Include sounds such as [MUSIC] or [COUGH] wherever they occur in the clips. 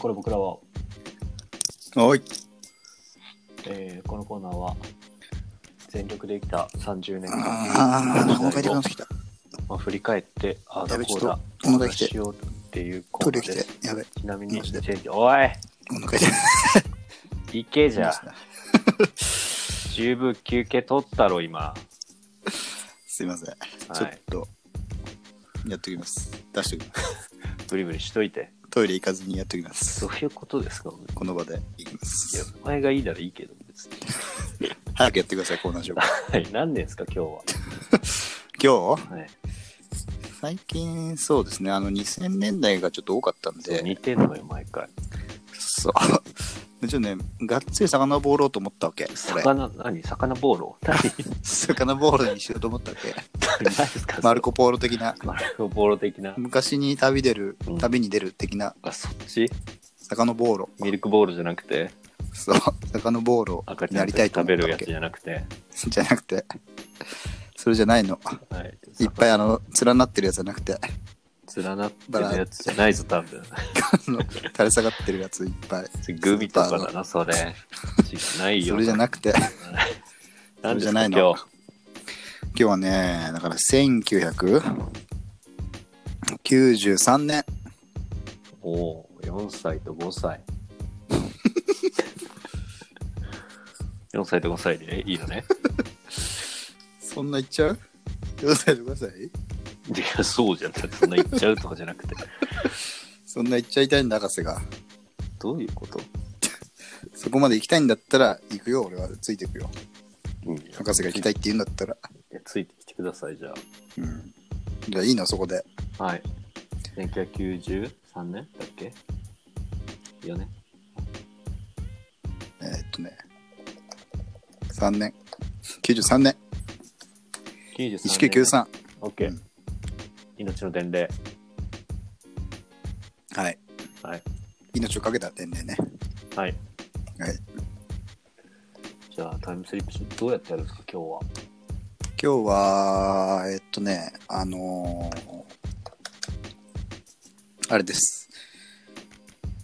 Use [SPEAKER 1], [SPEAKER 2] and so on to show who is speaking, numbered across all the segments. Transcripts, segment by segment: [SPEAKER 1] ころ僕らは、
[SPEAKER 2] はい。
[SPEAKER 1] えーこのコーナーは全力で生きた30年
[SPEAKER 2] ああ、お腹痛くなってきた。
[SPEAKER 1] まあ、振り返ってああ
[SPEAKER 2] や
[SPEAKER 1] だ
[SPEAKER 2] べ
[SPEAKER 1] こう
[SPEAKER 2] ちょ
[SPEAKER 1] だ
[SPEAKER 2] っとお腹
[SPEAKER 1] 話
[SPEAKER 2] 来て
[SPEAKER 1] しようっていうコ
[SPEAKER 2] ト
[SPEAKER 1] ー
[SPEAKER 2] イ
[SPEAKER 1] ナ
[SPEAKER 2] レ
[SPEAKER 1] ーで
[SPEAKER 2] 来て
[SPEAKER 1] す。
[SPEAKER 2] やべ。
[SPEAKER 1] ちなみに
[SPEAKER 2] マジで
[SPEAKER 1] チェンジおい
[SPEAKER 2] お腹痛い。
[SPEAKER 1] 行けじゃ [LAUGHS] 十分休憩取ったろ今
[SPEAKER 2] すいません。ちょっと、やっときます。出しておきます。
[SPEAKER 1] ブリブリしといて
[SPEAKER 2] トイレ行かずにやっときます
[SPEAKER 1] ど。ういうことですかい
[SPEAKER 2] この場で行きま
[SPEAKER 1] や
[SPEAKER 2] す。
[SPEAKER 1] お前がいいならいいけど別に
[SPEAKER 2] 早くやってください、コーナー紹介。
[SPEAKER 1] はい何年ですか今日
[SPEAKER 2] 今日
[SPEAKER 1] は、はい、
[SPEAKER 2] 最近、そうですね、あの、2000年代がちょっと多かったん
[SPEAKER 1] そう
[SPEAKER 2] で、
[SPEAKER 1] 似てんのよ毎回
[SPEAKER 2] そう。ちょっとね、がっつり遡ろうと思ったわけ、俺。
[SPEAKER 1] 魚何魚ボーロ何
[SPEAKER 2] 魚ボールにしようと思ったわけ。
[SPEAKER 1] 何ですか
[SPEAKER 2] マルコ・ポーロ的な、
[SPEAKER 1] マルコボーロ的な
[SPEAKER 2] 昔に旅出る
[SPEAKER 1] うん、
[SPEAKER 2] 旅に出る的な、
[SPEAKER 1] あそっち
[SPEAKER 2] 魚ボーロ。
[SPEAKER 1] ミルクボールじゃなくて
[SPEAKER 2] そう、魚ボーロ
[SPEAKER 1] 赤ち
[SPEAKER 2] に
[SPEAKER 1] ゃ
[SPEAKER 2] なんり
[SPEAKER 1] と
[SPEAKER 2] たいと
[SPEAKER 1] 食
[SPEAKER 2] 思
[SPEAKER 1] べ
[SPEAKER 2] った
[SPEAKER 1] る
[SPEAKER 2] わ
[SPEAKER 1] やつじ
[SPEAKER 2] け。
[SPEAKER 1] ゃなくて、
[SPEAKER 2] じゃなくて、それじゃないの。
[SPEAKER 1] はい、
[SPEAKER 2] いっぱいあの、連なってるやつじゃなくて、
[SPEAKER 1] 連なってるやつじゃないぞ多
[SPEAKER 2] [LAUGHS]
[SPEAKER 1] 分
[SPEAKER 2] あの垂れ下がってるやついっぱい。
[SPEAKER 1] グミとかだなそれ違うないよ
[SPEAKER 2] それじゃなくて、
[SPEAKER 1] なんですか
[SPEAKER 2] それじゃないの
[SPEAKER 1] 今日
[SPEAKER 2] 今日はね、だから1993年。
[SPEAKER 1] おおー4歳と5歳
[SPEAKER 2] [LAUGHS]
[SPEAKER 1] 4歳と5歳でいいのね
[SPEAKER 2] そんな言っちゃう ?4 歳と5歳
[SPEAKER 1] いやそうじゃんだってそんな言っちゃうとかじゃなくて
[SPEAKER 2] そんな言っちゃいたいんだ、博士が。
[SPEAKER 1] どういうこと、
[SPEAKER 2] そこまで行きたいんだったら行くよ、俺は。ついてくよ。
[SPEAKER 1] うん、
[SPEAKER 2] 博士が行きたいって言うんだったら。
[SPEAKER 1] いやついてきてくださいじゃ
[SPEAKER 2] うん。じゃあいいの、そこで。
[SPEAKER 1] あはい1993年だっけ4年
[SPEAKER 2] えーっとね。3年。93年。
[SPEAKER 1] 93年
[SPEAKER 2] 1993。
[SPEAKER 1] OK、
[SPEAKER 2] うん
[SPEAKER 1] 命の伝令
[SPEAKER 2] はい。
[SPEAKER 1] はい
[SPEAKER 2] 命をかけた点でね。
[SPEAKER 1] はい
[SPEAKER 2] はい。
[SPEAKER 1] じゃあタイムスリップしどうやってやるんですか今日は
[SPEAKER 2] 今日は、えっとね、あのーあれです。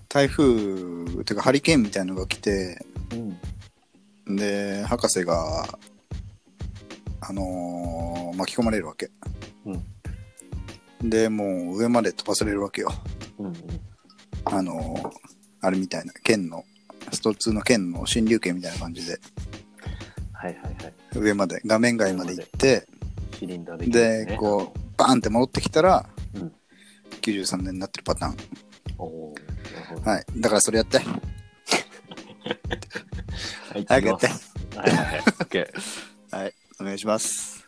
[SPEAKER 2] 台風、てかハリケーンみたいのが来て、
[SPEAKER 1] うん
[SPEAKER 2] で、博士が、あのー巻き込まれるわけ。
[SPEAKER 1] うん
[SPEAKER 2] で、もう上まで飛ばされるわけよ。
[SPEAKER 1] うんうん
[SPEAKER 2] あのーあれみたいな、剣の、スト2の剣の新竜拳みたいな感じで、
[SPEAKER 1] はいはいはい
[SPEAKER 2] 上まで、画面外まで行って、
[SPEAKER 1] シリンダーでいきます
[SPEAKER 2] で、こう、バーンって戻ってきたら、
[SPEAKER 1] うん
[SPEAKER 2] 93年になってるパターン。
[SPEAKER 1] おおーなるほど
[SPEAKER 2] はい。だからそれやって。
[SPEAKER 1] はい
[SPEAKER 2] 早くやって
[SPEAKER 1] いきますはいはいはい OK
[SPEAKER 2] はい。お願いします。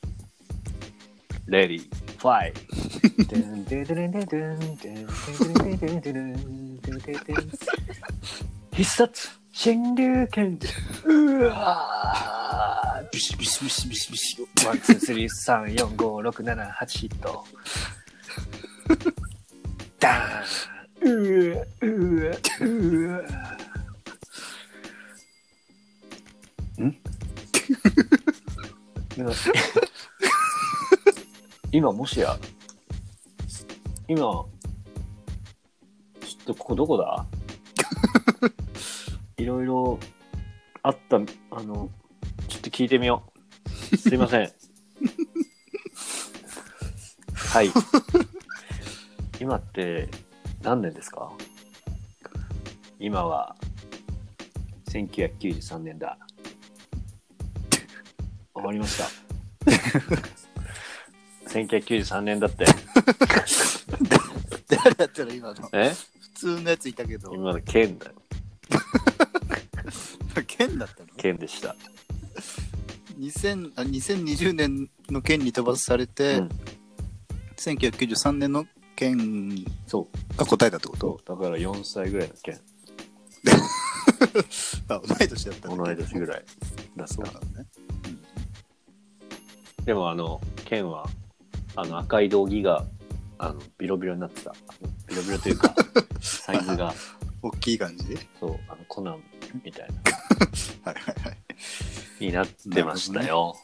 [SPEAKER 1] レディーファイ必殺新竜拳うわービシビシビシビシビシワンツースリー三四五六七八ヒットダーンうわうわうわん今もしや今ちょっとここどこだいろいろあったあのちょっと聞いてみようすいませんはい今って何年ですか今は1993年だ終わりました1993年だって
[SPEAKER 2] 誰だったら今の。
[SPEAKER 1] え
[SPEAKER 2] 普通のやついたけど、
[SPEAKER 1] 今の剣だよ
[SPEAKER 2] 剣だったの
[SPEAKER 1] 剣でした、
[SPEAKER 2] 2000あ ?2020 年の剣に飛ばされて、
[SPEAKER 1] うん、
[SPEAKER 2] 1993年の剣
[SPEAKER 1] そう
[SPEAKER 2] が答えだってこ
[SPEAKER 1] そ
[SPEAKER 2] と
[SPEAKER 1] うだから4歳ぐらいの剣
[SPEAKER 2] あ、同い年だった
[SPEAKER 1] 同
[SPEAKER 2] んだ
[SPEAKER 1] い年ぐらいだっ
[SPEAKER 2] そう
[SPEAKER 1] た
[SPEAKER 2] なんだね。
[SPEAKER 1] でもあの剣はあの赤い道着があのビロビロになってたビロビロという
[SPEAKER 2] [LAUGHS]
[SPEAKER 1] かサイズが
[SPEAKER 2] 大きい感じ
[SPEAKER 1] そうあのコナンみたいな
[SPEAKER 2] はいはいはい。
[SPEAKER 1] になってましたよ、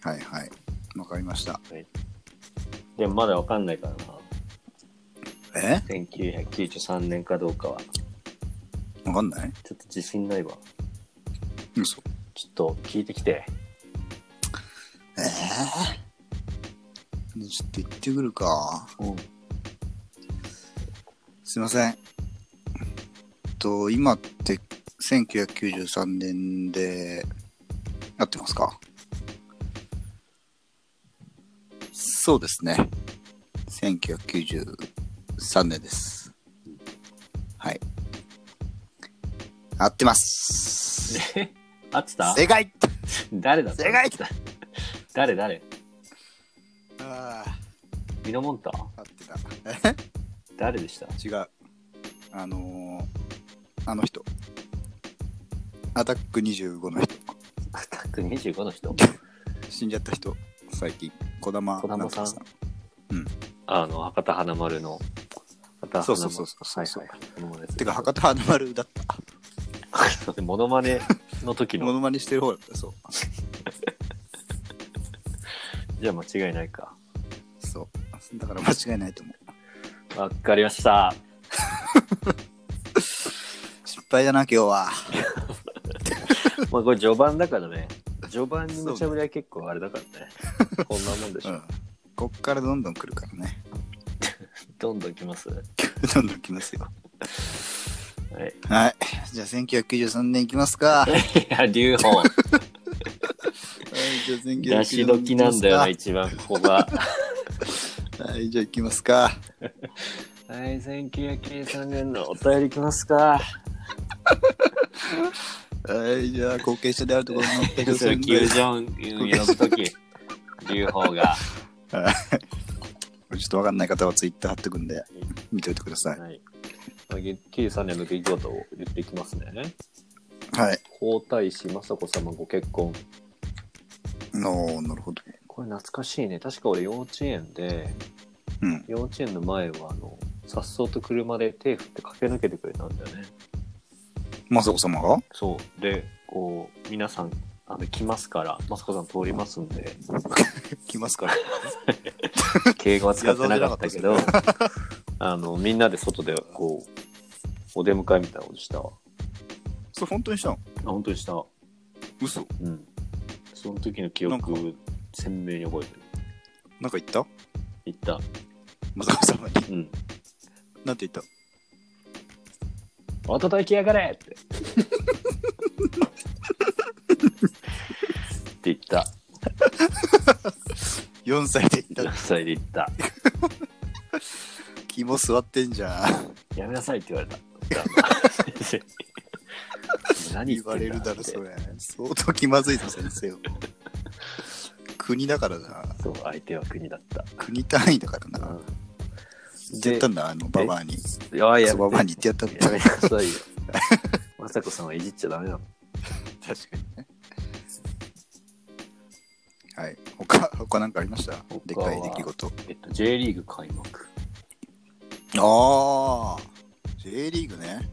[SPEAKER 2] はいはい。わかりました。
[SPEAKER 1] でもまだわかんないからな
[SPEAKER 2] え
[SPEAKER 1] 1993年かどうかは
[SPEAKER 2] わかんない
[SPEAKER 1] ちょっと自信ないわ。
[SPEAKER 2] 嘘。
[SPEAKER 1] ちょっと聞いてきて。
[SPEAKER 2] ええちょっと行ってくるか。
[SPEAKER 1] うん。
[SPEAKER 2] すいません。えっと、今って1993年で、合ってますかそうですね。1993年です。はい。合ってます。
[SPEAKER 1] え合ってた
[SPEAKER 2] 正解
[SPEAKER 1] 誰だった
[SPEAKER 2] 正解
[SPEAKER 1] [LAUGHS] 誰誰
[SPEAKER 2] あ
[SPEAKER 1] ミノモンタ
[SPEAKER 2] あ、合ってた。
[SPEAKER 1] 誰でした
[SPEAKER 2] 違うあのー、あの人アタック25の人
[SPEAKER 1] アタック25の人
[SPEAKER 2] [LAUGHS] 死んじゃった人最近児玉
[SPEAKER 1] 児玉さん
[SPEAKER 2] なんとか
[SPEAKER 1] あの、博多華丸の。博多
[SPEAKER 2] そうそうそうそう
[SPEAKER 1] はいはい。モノマネする
[SPEAKER 2] てか博多華丸だった
[SPEAKER 1] モノマネの時
[SPEAKER 2] [LAUGHS] モ
[SPEAKER 1] の。
[SPEAKER 2] ノマネしてる方だったそう
[SPEAKER 1] じゃあ間違いないか。
[SPEAKER 2] そうだから間違いないと思う
[SPEAKER 1] わかりました。
[SPEAKER 2] 失敗だな今日は
[SPEAKER 1] まあこれ序盤だからね。序盤に無茶ぶりは結構あれだからね。
[SPEAKER 2] [LAUGHS]
[SPEAKER 1] こんなもんでし
[SPEAKER 2] う
[SPEAKER 1] ょ。
[SPEAKER 2] んこっからどんどん来るからね [LAUGHS]
[SPEAKER 1] どんどんきます。
[SPEAKER 2] どんどん来ますよ
[SPEAKER 1] はい。
[SPEAKER 2] はいじゃあ1993年いきます
[SPEAKER 1] [LAUGHS]
[SPEAKER 2] か
[SPEAKER 1] い
[SPEAKER 2] はい
[SPEAKER 1] や、劉邦。
[SPEAKER 2] じゃあ1993
[SPEAKER 1] 出し時なんだよな、
[SPEAKER 2] いき
[SPEAKER 1] 一番ここが。
[SPEAKER 2] ますかはいじゃあいきますか
[SPEAKER 1] はい、1993年のお便りいきますか。
[SPEAKER 2] はいじゃあ後継者であるところの
[SPEAKER 1] それ、キム・ジョンウン呼ぶとき、劉邦が。
[SPEAKER 2] ちょっとわかんない方はツイッター貼ってくんで、見といてください。
[SPEAKER 1] はい。まあ93年の出来事を言っていきますね。
[SPEAKER 2] はい。
[SPEAKER 1] 皇太子雅子様ご結婚。
[SPEAKER 2] のなるほど。
[SPEAKER 1] これ懐かしいね。確か俺幼稚園で、
[SPEAKER 2] うん。
[SPEAKER 1] 幼稚園の前は、あの、さっそうと車で手振って駆け抜けてくれたんだよね。
[SPEAKER 2] 雅子様が
[SPEAKER 1] そう。で、こう、皆さん、あの、来ますから、雅子さん通りますんで、
[SPEAKER 2] 来ますから。
[SPEAKER 1] 敬語は使ってなかったけど、あの、みんなで外で、こう、お出迎えみたいなことしたわ。
[SPEAKER 2] それ本当にしたの
[SPEAKER 1] あ、本当にした。
[SPEAKER 2] 嘘
[SPEAKER 1] うん。その時の記憶、鮮明に覚えてる。
[SPEAKER 2] なんか言った
[SPEAKER 1] 行った。
[SPEAKER 2] 雅子様に。
[SPEAKER 1] うん。
[SPEAKER 2] なんて言っ
[SPEAKER 1] おととい来やがれって。って言った。
[SPEAKER 2] た ?4 歳で言っ
[SPEAKER 1] それで言った。
[SPEAKER 2] た。気も座ってんじゃん。
[SPEAKER 1] やめなさいって言われ
[SPEAKER 2] [LAUGHS]
[SPEAKER 1] た。何言
[SPEAKER 2] 言
[SPEAKER 1] っ
[SPEAKER 2] わ
[SPEAKER 1] て
[SPEAKER 2] れ
[SPEAKER 1] んだ
[SPEAKER 2] る
[SPEAKER 1] って
[SPEAKER 2] だろ、それ。相当気まずいぞ、先生は。国だからな。
[SPEAKER 1] そう、相手は国だった。
[SPEAKER 2] 国単位だからな。言ってやったんだ、あの、ババアに。
[SPEAKER 1] いやい
[SPEAKER 2] ク
[SPEAKER 1] や、
[SPEAKER 2] ソババアに言ってやったん
[SPEAKER 1] や
[SPEAKER 2] だ
[SPEAKER 1] めな。さいよ。まさこさんはいじっちゃダメなの。
[SPEAKER 2] 確かにね。はい。他、他なんかありました
[SPEAKER 1] は
[SPEAKER 2] でっかい出来事。
[SPEAKER 1] えっと、J リーグ開幕。
[SPEAKER 2] ああ J リーグね。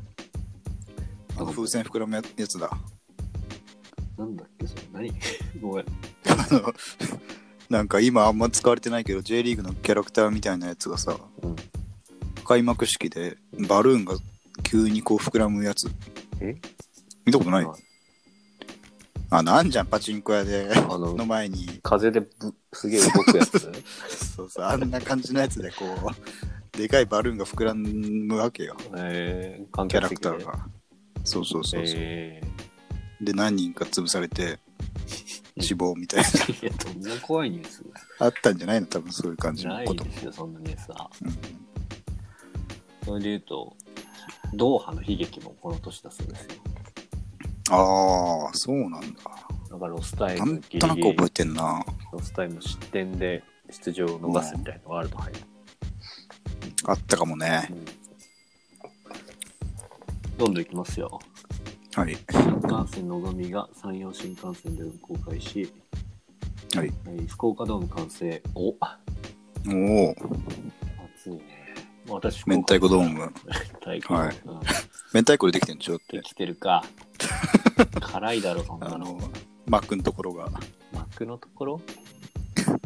[SPEAKER 2] あの風船膨らむややつだ。
[SPEAKER 1] なんだっけ、それ。何ごめん。
[SPEAKER 2] あの、なんか今あんま使われてないけど、J リーグのキャラクターみたいなやつがさ、
[SPEAKER 1] うん
[SPEAKER 2] 開幕式でバルーンが急にこう膨らむやつ。
[SPEAKER 1] え
[SPEAKER 2] 見たことない
[SPEAKER 1] はい
[SPEAKER 2] あ、なんじゃん、パチンコ屋で。
[SPEAKER 1] あの
[SPEAKER 2] の前に、
[SPEAKER 1] 風でぶすげえ動くやつ [LAUGHS]
[SPEAKER 2] そうそう、あんな感じのやつでこう、でかいバルーンが膨らむわけよ。
[SPEAKER 1] えー、観
[SPEAKER 2] キ
[SPEAKER 1] 客
[SPEAKER 2] ャラク
[SPEAKER 1] 席
[SPEAKER 2] タ
[SPEAKER 1] で
[SPEAKER 2] ーが。そうそうそうそう。
[SPEAKER 1] え
[SPEAKER 2] で何人か潰さ
[SPEAKER 1] [LAUGHS]
[SPEAKER 2] れて
[SPEAKER 1] うん
[SPEAKER 2] 死亡みたいな
[SPEAKER 1] ー、いや、どんな怖いニュース
[SPEAKER 2] あったんじゃないの多分そういう感じの
[SPEAKER 1] ない
[SPEAKER 2] こと、
[SPEAKER 1] ですよ、そんなニュースは。
[SPEAKER 2] うん、
[SPEAKER 1] それで言うと、ドーハの悲劇もこの年だそうですよ。
[SPEAKER 2] ああそうなんだ
[SPEAKER 1] だからロスタイ
[SPEAKER 2] な
[SPEAKER 1] ム
[SPEAKER 2] ん
[SPEAKER 1] ギリ
[SPEAKER 2] となく
[SPEAKER 1] ギリ
[SPEAKER 2] 覚えてんな
[SPEAKER 1] ロスタイム失点で出場を逃すみたいなのがあると入る。
[SPEAKER 2] あったかもね
[SPEAKER 1] うんどんどん行きますよ。
[SPEAKER 2] はい
[SPEAKER 1] 新幹線のぞみが山陽新幹線で運行開始、
[SPEAKER 2] はい
[SPEAKER 1] えー福岡ドーム完成。お
[SPEAKER 2] おお
[SPEAKER 1] 暑いね。私、
[SPEAKER 2] 明太子ドーム
[SPEAKER 1] [LAUGHS] 明太子。
[SPEAKER 2] はい
[SPEAKER 1] うん
[SPEAKER 2] 明太子でできてんでしょっ
[SPEAKER 1] で
[SPEAKER 2] て
[SPEAKER 1] きてるか。辛いだろ、そん
[SPEAKER 2] あ
[SPEAKER 1] なの
[SPEAKER 2] の。幕のところが
[SPEAKER 1] 膜のところ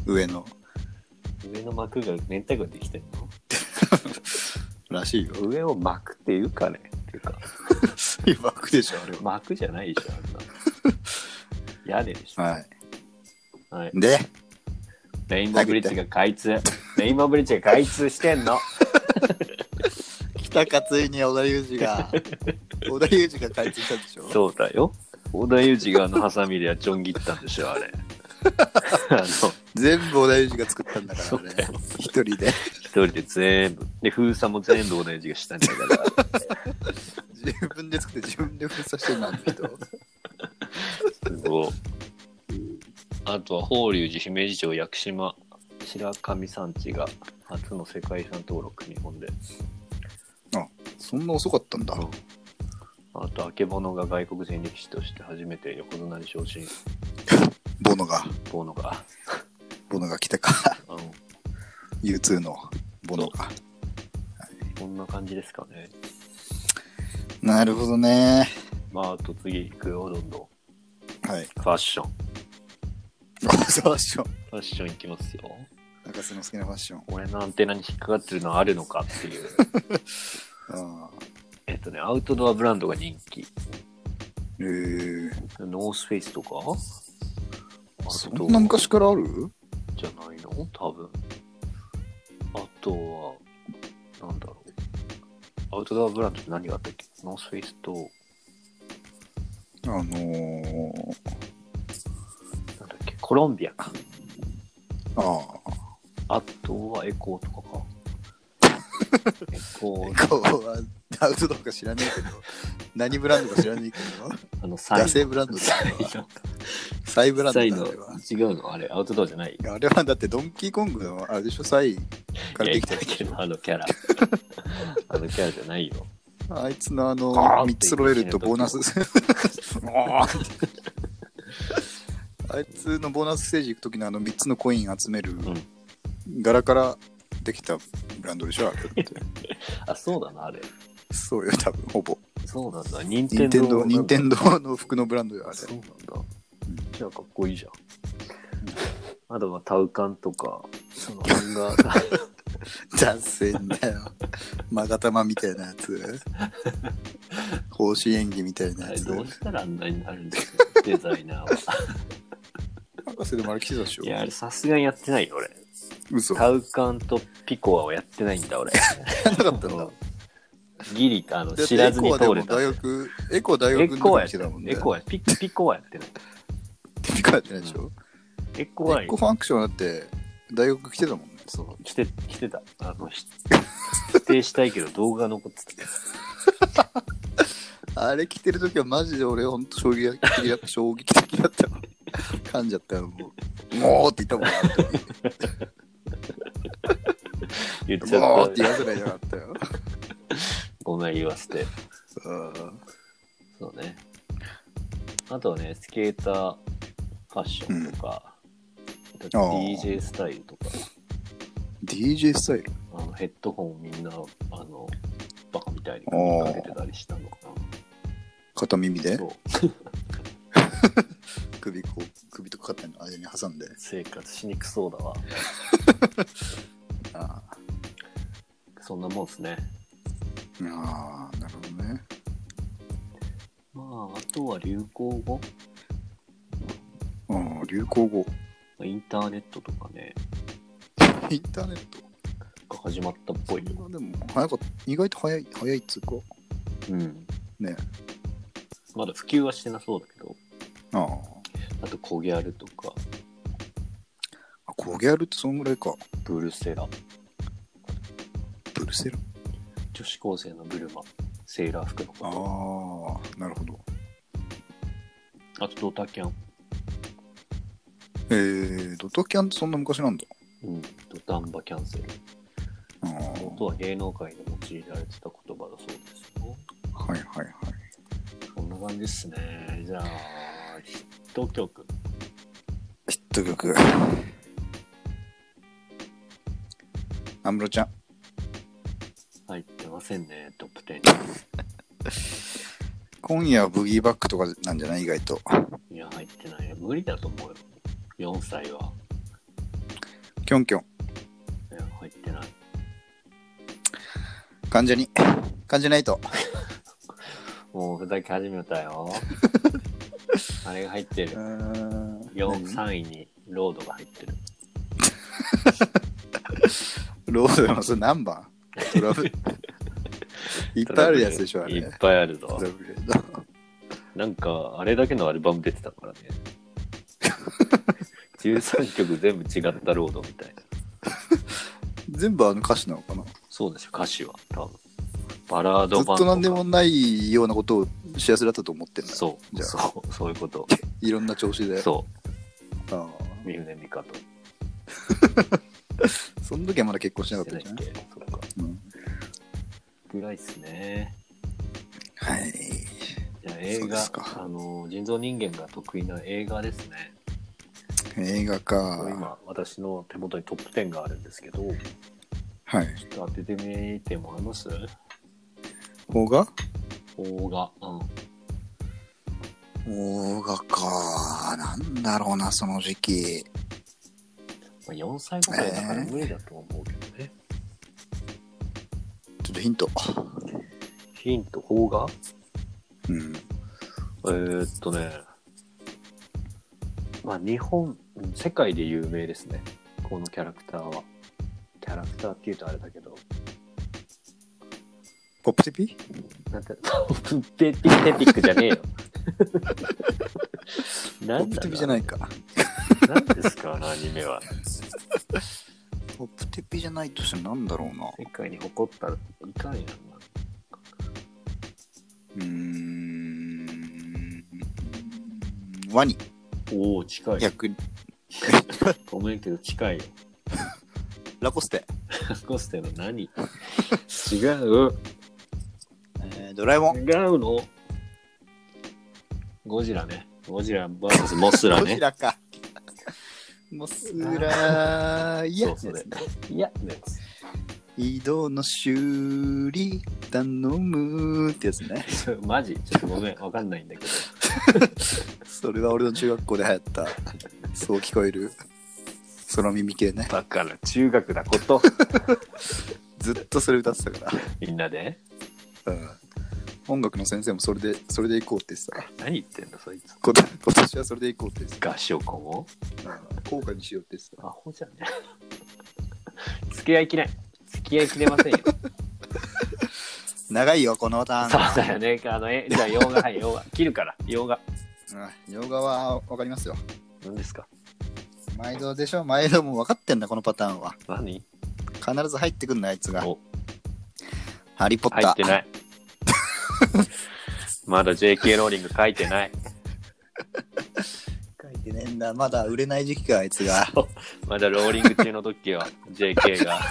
[SPEAKER 2] 上の
[SPEAKER 1] 上の膜が明太子できてる
[SPEAKER 2] らしいよ
[SPEAKER 1] の上を膜っていうかね。っていうか。
[SPEAKER 2] 幕でしょ、あれは。
[SPEAKER 1] 幕じゃないでしょ、あんな。 [LAUGHS] 屋根でしょ。
[SPEAKER 2] はい。
[SPEAKER 1] はい、
[SPEAKER 2] で、
[SPEAKER 1] レインボーブリッジが開通。レインボーブリッジが開通してんの。
[SPEAKER 2] 北かついに織田裕二
[SPEAKER 1] [LAUGHS]
[SPEAKER 2] が、織田裕二が開通したでし
[SPEAKER 1] [LAUGHS]
[SPEAKER 2] ょ。
[SPEAKER 1] そうだよ。小田裕二があのハサミではちょん切ったんでしょ、あ [LAUGHS] れ。あの、一
[SPEAKER 2] 全部織田裕二が作ったんだから
[SPEAKER 1] そうだ
[SPEAKER 2] ね。一人で。
[SPEAKER 1] 人で全部。で、封鎖も全部小田裕二がしたんだから。
[SPEAKER 2] 自分で作って自分で封鎖してるなんて人。
[SPEAKER 1] すごい。あとは法隆寺、姫路城、屋久島、白神山地が初の世界遺産登録、日本で。
[SPEAKER 2] そんな遅かったんだ。
[SPEAKER 1] あと、あけぼのが外国人力士として初めて横綱に昇進し
[SPEAKER 2] ボノが、
[SPEAKER 1] たのが、
[SPEAKER 2] ボノが来たか。
[SPEAKER 1] あの、
[SPEAKER 2] U2 のボノが。
[SPEAKER 1] こんな感じですかね。
[SPEAKER 2] なるほどね。
[SPEAKER 1] まあ、あと次行くよ、どんどん。
[SPEAKER 2] はい。
[SPEAKER 1] ファッション。
[SPEAKER 2] ファッション。
[SPEAKER 1] ファッション行きますよ。
[SPEAKER 2] 中洲の好きなファッション。
[SPEAKER 1] 俺のアンテナに引っかかってるのはあるのかって [LAUGHS] いう。
[SPEAKER 2] ああ。
[SPEAKER 1] えっとね、アウトドアブランドが人気。
[SPEAKER 2] えー、
[SPEAKER 1] ノースフェイスとかあと
[SPEAKER 2] そんな昔からある
[SPEAKER 1] じゃないの多分。あとは、なんだろう。アウトドアブランドって何があったっけノースフェイスと、
[SPEAKER 2] あのー、
[SPEAKER 1] なんだっけ、コロンビアか。
[SPEAKER 2] あ
[SPEAKER 1] あとはエコーとかか。エコー、
[SPEAKER 2] あ。こうは、アウトドアか知らねえけど、何ブランドか知らねえけど、
[SPEAKER 1] あの、サイ
[SPEAKER 2] 野生ブランドだ
[SPEAKER 1] サイ
[SPEAKER 2] よ。 [LAUGHS] サイブラン
[SPEAKER 1] サイ
[SPEAKER 2] ド
[SPEAKER 1] の
[SPEAKER 2] だよ。
[SPEAKER 1] 違うのあれ、アウトドアじゃない
[SPEAKER 2] あれはだってドンキーコングのあれでしょ、サイからできたやつでし
[SPEAKER 1] いやい
[SPEAKER 2] ょ
[SPEAKER 1] やあのキ
[SPEAKER 2] [LAUGHS]
[SPEAKER 1] ャラ。あのキャラじゃないよ。
[SPEAKER 2] あいつのあの
[SPEAKER 1] あー
[SPEAKER 2] 3つ揃えるとボーナスあーあいつのボーナスステージ行く時のあの3つのコイン集める
[SPEAKER 1] ん
[SPEAKER 2] 柄からできたブランドでしょあれって
[SPEAKER 1] あ、そうだな、あれ。
[SPEAKER 2] そうよ多分ほぼ
[SPEAKER 1] そうなんだ。任天
[SPEAKER 2] 任天
[SPEAKER 1] 堂
[SPEAKER 2] 堂任天
[SPEAKER 1] 堂。
[SPEAKER 2] 堂の服のブランドよあ
[SPEAKER 1] [LAUGHS]
[SPEAKER 2] れ
[SPEAKER 1] そうなんだ。じゃあかっこいいじゃん。あとはタウカンとか、その辺が、
[SPEAKER 2] 男性だよまがたまみたいなやつ奉仕演技みたいな
[SPEAKER 1] あ
[SPEAKER 2] や
[SPEAKER 1] れ
[SPEAKER 2] つ
[SPEAKER 1] どうしたらあんなになるんですか、デザイナーは。
[SPEAKER 2] 博士でもあれ着てたでしょ
[SPEAKER 1] [LAUGHS] いや、あれさすがにやってないよ、俺。
[SPEAKER 2] 嘘
[SPEAKER 1] タウカンとピコアをやってないんだ、俺。
[SPEAKER 2] なかったんだ
[SPEAKER 1] ギリ、あの、
[SPEAKER 2] だって
[SPEAKER 1] 知らずに
[SPEAKER 2] エコ
[SPEAKER 1] 通
[SPEAKER 2] はで
[SPEAKER 1] れ
[SPEAKER 2] も
[SPEAKER 1] た。
[SPEAKER 2] 大学エコは大
[SPEAKER 1] エ
[SPEAKER 2] 学の時
[SPEAKER 1] コア
[SPEAKER 2] に
[SPEAKER 1] やって
[SPEAKER 2] 着てた
[SPEAKER 1] な
[SPEAKER 2] もん
[SPEAKER 1] い。
[SPEAKER 2] ね
[SPEAKER 1] エコア、ピピコアやってない。
[SPEAKER 2] ってピカやってないでしょ、
[SPEAKER 1] エコア
[SPEAKER 2] エコファンクションだって大学来てたもんね
[SPEAKER 1] そう、来て、来てた。あの、ひ [LAUGHS] 否定したいけど動画残ってた。
[SPEAKER 2] あれ来てる時はマジで俺ほんと衝撃的だ衝撃的だったわ噛んじゃったよもう「もう!」って言ったもんあの時
[SPEAKER 1] 言っち
[SPEAKER 2] も
[SPEAKER 1] ゃ
[SPEAKER 2] う!」
[SPEAKER 1] っ
[SPEAKER 2] って言
[SPEAKER 1] た。
[SPEAKER 2] わせないじゃなかった [LAUGHS] よ
[SPEAKER 1] ごめん言わせて。
[SPEAKER 2] うん
[SPEAKER 1] そうね。あとはね、スケーターファッションとか、あと
[SPEAKER 2] あー
[SPEAKER 1] DJ スタイルとか、
[SPEAKER 2] DJ スタイル
[SPEAKER 1] あのヘッドホンをみんな、あの、バカみたいに首にかけてたりしたのか
[SPEAKER 2] 片耳
[SPEAKER 1] な。
[SPEAKER 2] で
[SPEAKER 1] そう、
[SPEAKER 2] 首こう首とか肩の間に挟んで
[SPEAKER 1] 生活しにくそうだわ。
[SPEAKER 2] あ
[SPEAKER 1] そんなもんですね。
[SPEAKER 2] ーあーなるほどね
[SPEAKER 1] まあ、あとは流行語
[SPEAKER 2] ああ流行語
[SPEAKER 1] インターネットとかね、
[SPEAKER 2] インターネット
[SPEAKER 1] が始まったっぽいよ。
[SPEAKER 2] まあでも早かった意外と早い早いっつうか
[SPEAKER 1] うん。
[SPEAKER 2] ね
[SPEAKER 1] まだ普及はしてなそうだけど、
[SPEAKER 2] あ
[SPEAKER 1] あとコギャルとか、
[SPEAKER 2] あコギャルってそんぐらいか
[SPEAKER 1] ブルセラ、
[SPEAKER 2] ブルセラ
[SPEAKER 1] 女子高生のブルマ、セーラー服のこ
[SPEAKER 2] ああ
[SPEAKER 1] と、
[SPEAKER 2] なるほど
[SPEAKER 1] あとドタキャン、
[SPEAKER 2] えー、ドタキャンってそんな昔なんだ。
[SPEAKER 1] うん、ドタンバキャンセル。
[SPEAKER 2] ああ、
[SPEAKER 1] 元は芸能界で用いられてた言葉だそうですよ。
[SPEAKER 2] はいはいはい。
[SPEAKER 1] こんな感じですね。じゃあ、ヒット曲。
[SPEAKER 2] ヒット曲。安室ちゃん。
[SPEAKER 1] 入ってませんね、トップ10
[SPEAKER 2] 今夜はブギーバックとかなんじゃない意外と。
[SPEAKER 1] に。いや、入ってないよ。無理だと思うよ。4歳は。
[SPEAKER 2] キョンキョン。
[SPEAKER 1] いや、入ってない。
[SPEAKER 2] 関ジャニ。関ジャニイト。
[SPEAKER 1] もうふざけ始めたよ。
[SPEAKER 2] [LAUGHS]
[SPEAKER 1] あれが入ってる。4、
[SPEAKER 2] 4
[SPEAKER 1] 3位にロードが入ってる。
[SPEAKER 2] ロードでもそれ何番トラブルいっぱいあるやつでしょあれ
[SPEAKER 1] いっぱいある
[SPEAKER 2] ト
[SPEAKER 1] ぞ
[SPEAKER 2] ラ。ブルだ
[SPEAKER 1] なんか、あれだけのアルバム出てた
[SPEAKER 2] [LAUGHS]
[SPEAKER 1] からね。13曲全部違ったロードみたいな。
[SPEAKER 2] 全部あの歌詞なのかな
[SPEAKER 1] そうでしょ、歌詞は。多分。バラー
[SPEAKER 2] ず
[SPEAKER 1] ド
[SPEAKER 2] っ
[SPEAKER 1] 版
[SPEAKER 2] と何でもないようなことを幸せだったと思ってんだ
[SPEAKER 1] そ
[SPEAKER 2] じ
[SPEAKER 1] う、
[SPEAKER 2] ゃあ
[SPEAKER 1] そう、そういうこと。
[SPEAKER 2] いろんな調子で
[SPEAKER 1] そ
[SPEAKER 2] あ
[SPEAKER 1] う、三船美佳と。
[SPEAKER 2] あその時はまだ結婚しなか
[SPEAKER 1] し
[SPEAKER 2] ってた
[SPEAKER 1] ない
[SPEAKER 2] じゃ
[SPEAKER 1] っ
[SPEAKER 2] な
[SPEAKER 1] け
[SPEAKER 2] い、
[SPEAKER 1] そっか。
[SPEAKER 2] うん、
[SPEAKER 1] ぐらいっすね。
[SPEAKER 2] はい
[SPEAKER 1] じゃあ映
[SPEAKER 2] そうで
[SPEAKER 1] 画
[SPEAKER 2] すか、
[SPEAKER 1] あの、人造人間が得意な映画ですね。
[SPEAKER 2] 映画か
[SPEAKER 1] 今、私の手元にトップ10があるんですけど、ち
[SPEAKER 2] はい
[SPEAKER 1] ょっと当ててみてもらえます
[SPEAKER 2] 邦画
[SPEAKER 1] 邦画。うん。
[SPEAKER 2] 邦画かなんだろうなその時期
[SPEAKER 1] まあ、4歳5歳だから無理だと思うけどね。
[SPEAKER 2] ちょっとヒント
[SPEAKER 1] ヒント、邦画
[SPEAKER 2] うん
[SPEAKER 1] えー、っとね、まあ、日本、うん世界で有名ですね、このキャラクターは。キャラクターって言うとあれだけど、
[SPEAKER 2] ポップテピ
[SPEAKER 1] なんて、プッペティテピックじゃ [LAUGHS] ねえよ。
[SPEAKER 2] ポ
[SPEAKER 1] な
[SPEAKER 2] ッ
[SPEAKER 1] ん
[SPEAKER 2] プ
[SPEAKER 1] だ
[SPEAKER 2] テピじゃない。か
[SPEAKER 1] なんですか、あのアニメは。
[SPEAKER 2] ポップテピじゃないとしてなんだろうな
[SPEAKER 1] 世界に誇ったらいかんやんな。
[SPEAKER 2] うーんワニ
[SPEAKER 1] おお、近い。
[SPEAKER 2] 逆
[SPEAKER 1] ごめんけど近いよ。
[SPEAKER 2] ラコステ、
[SPEAKER 1] ラコステの何違う。
[SPEAKER 2] えードラえもん
[SPEAKER 1] 違うのゴジラね。ゴジラ VS モスラ
[SPEAKER 2] ゴ
[SPEAKER 1] ね
[SPEAKER 2] ジ。ラか [LAUGHS] モスラいや
[SPEAKER 1] そうそれいや、ね、
[SPEAKER 2] 井戸の修理頼むってやつね
[SPEAKER 1] それマジちょっとごめん、わかんないんだけど。
[SPEAKER 2] それは俺の中学校で流行ったそう聞こえるその耳系ね
[SPEAKER 1] だから中学だこと。
[SPEAKER 2] ずっとそれ歌ってたか
[SPEAKER 1] みんなで
[SPEAKER 2] ら、うん、音楽の先生もそれでそれで行こうって言ってた
[SPEAKER 1] 何言ってんだ、そいつ。
[SPEAKER 2] 今年今年はそれで行こうって言って
[SPEAKER 1] 合唱コンを
[SPEAKER 2] た、うん、効果にしようって言ってた
[SPEAKER 1] アホじゃね。 [LAUGHS] 付き合いきれん。付き合いきれません
[SPEAKER 2] [LAUGHS]
[SPEAKER 1] よ。
[SPEAKER 2] 長いよこのタ
[SPEAKER 1] そう
[SPEAKER 2] ーン
[SPEAKER 1] だよね。あの、え、じゃあ、洋画、はい、洋画。切るから、洋画。
[SPEAKER 2] うん洋画は分かりますよ
[SPEAKER 1] 何ですか
[SPEAKER 2] 毎度でしょ毎度もう分かってんだこのパターンは
[SPEAKER 1] 何
[SPEAKER 2] 必ず入ってくんのあいつが
[SPEAKER 1] お、
[SPEAKER 2] ハリー・ポッ
[SPEAKER 1] 入
[SPEAKER 2] タ
[SPEAKER 1] って
[SPEAKER 2] ー
[SPEAKER 1] ない。 [LAUGHS] まだ JK ローリング書いてない。
[SPEAKER 2] 書いてねえんだまだ売れない時期かあいつが
[SPEAKER 1] まだローリング中の時よ、JK
[SPEAKER 2] [LAUGHS]
[SPEAKER 1] が。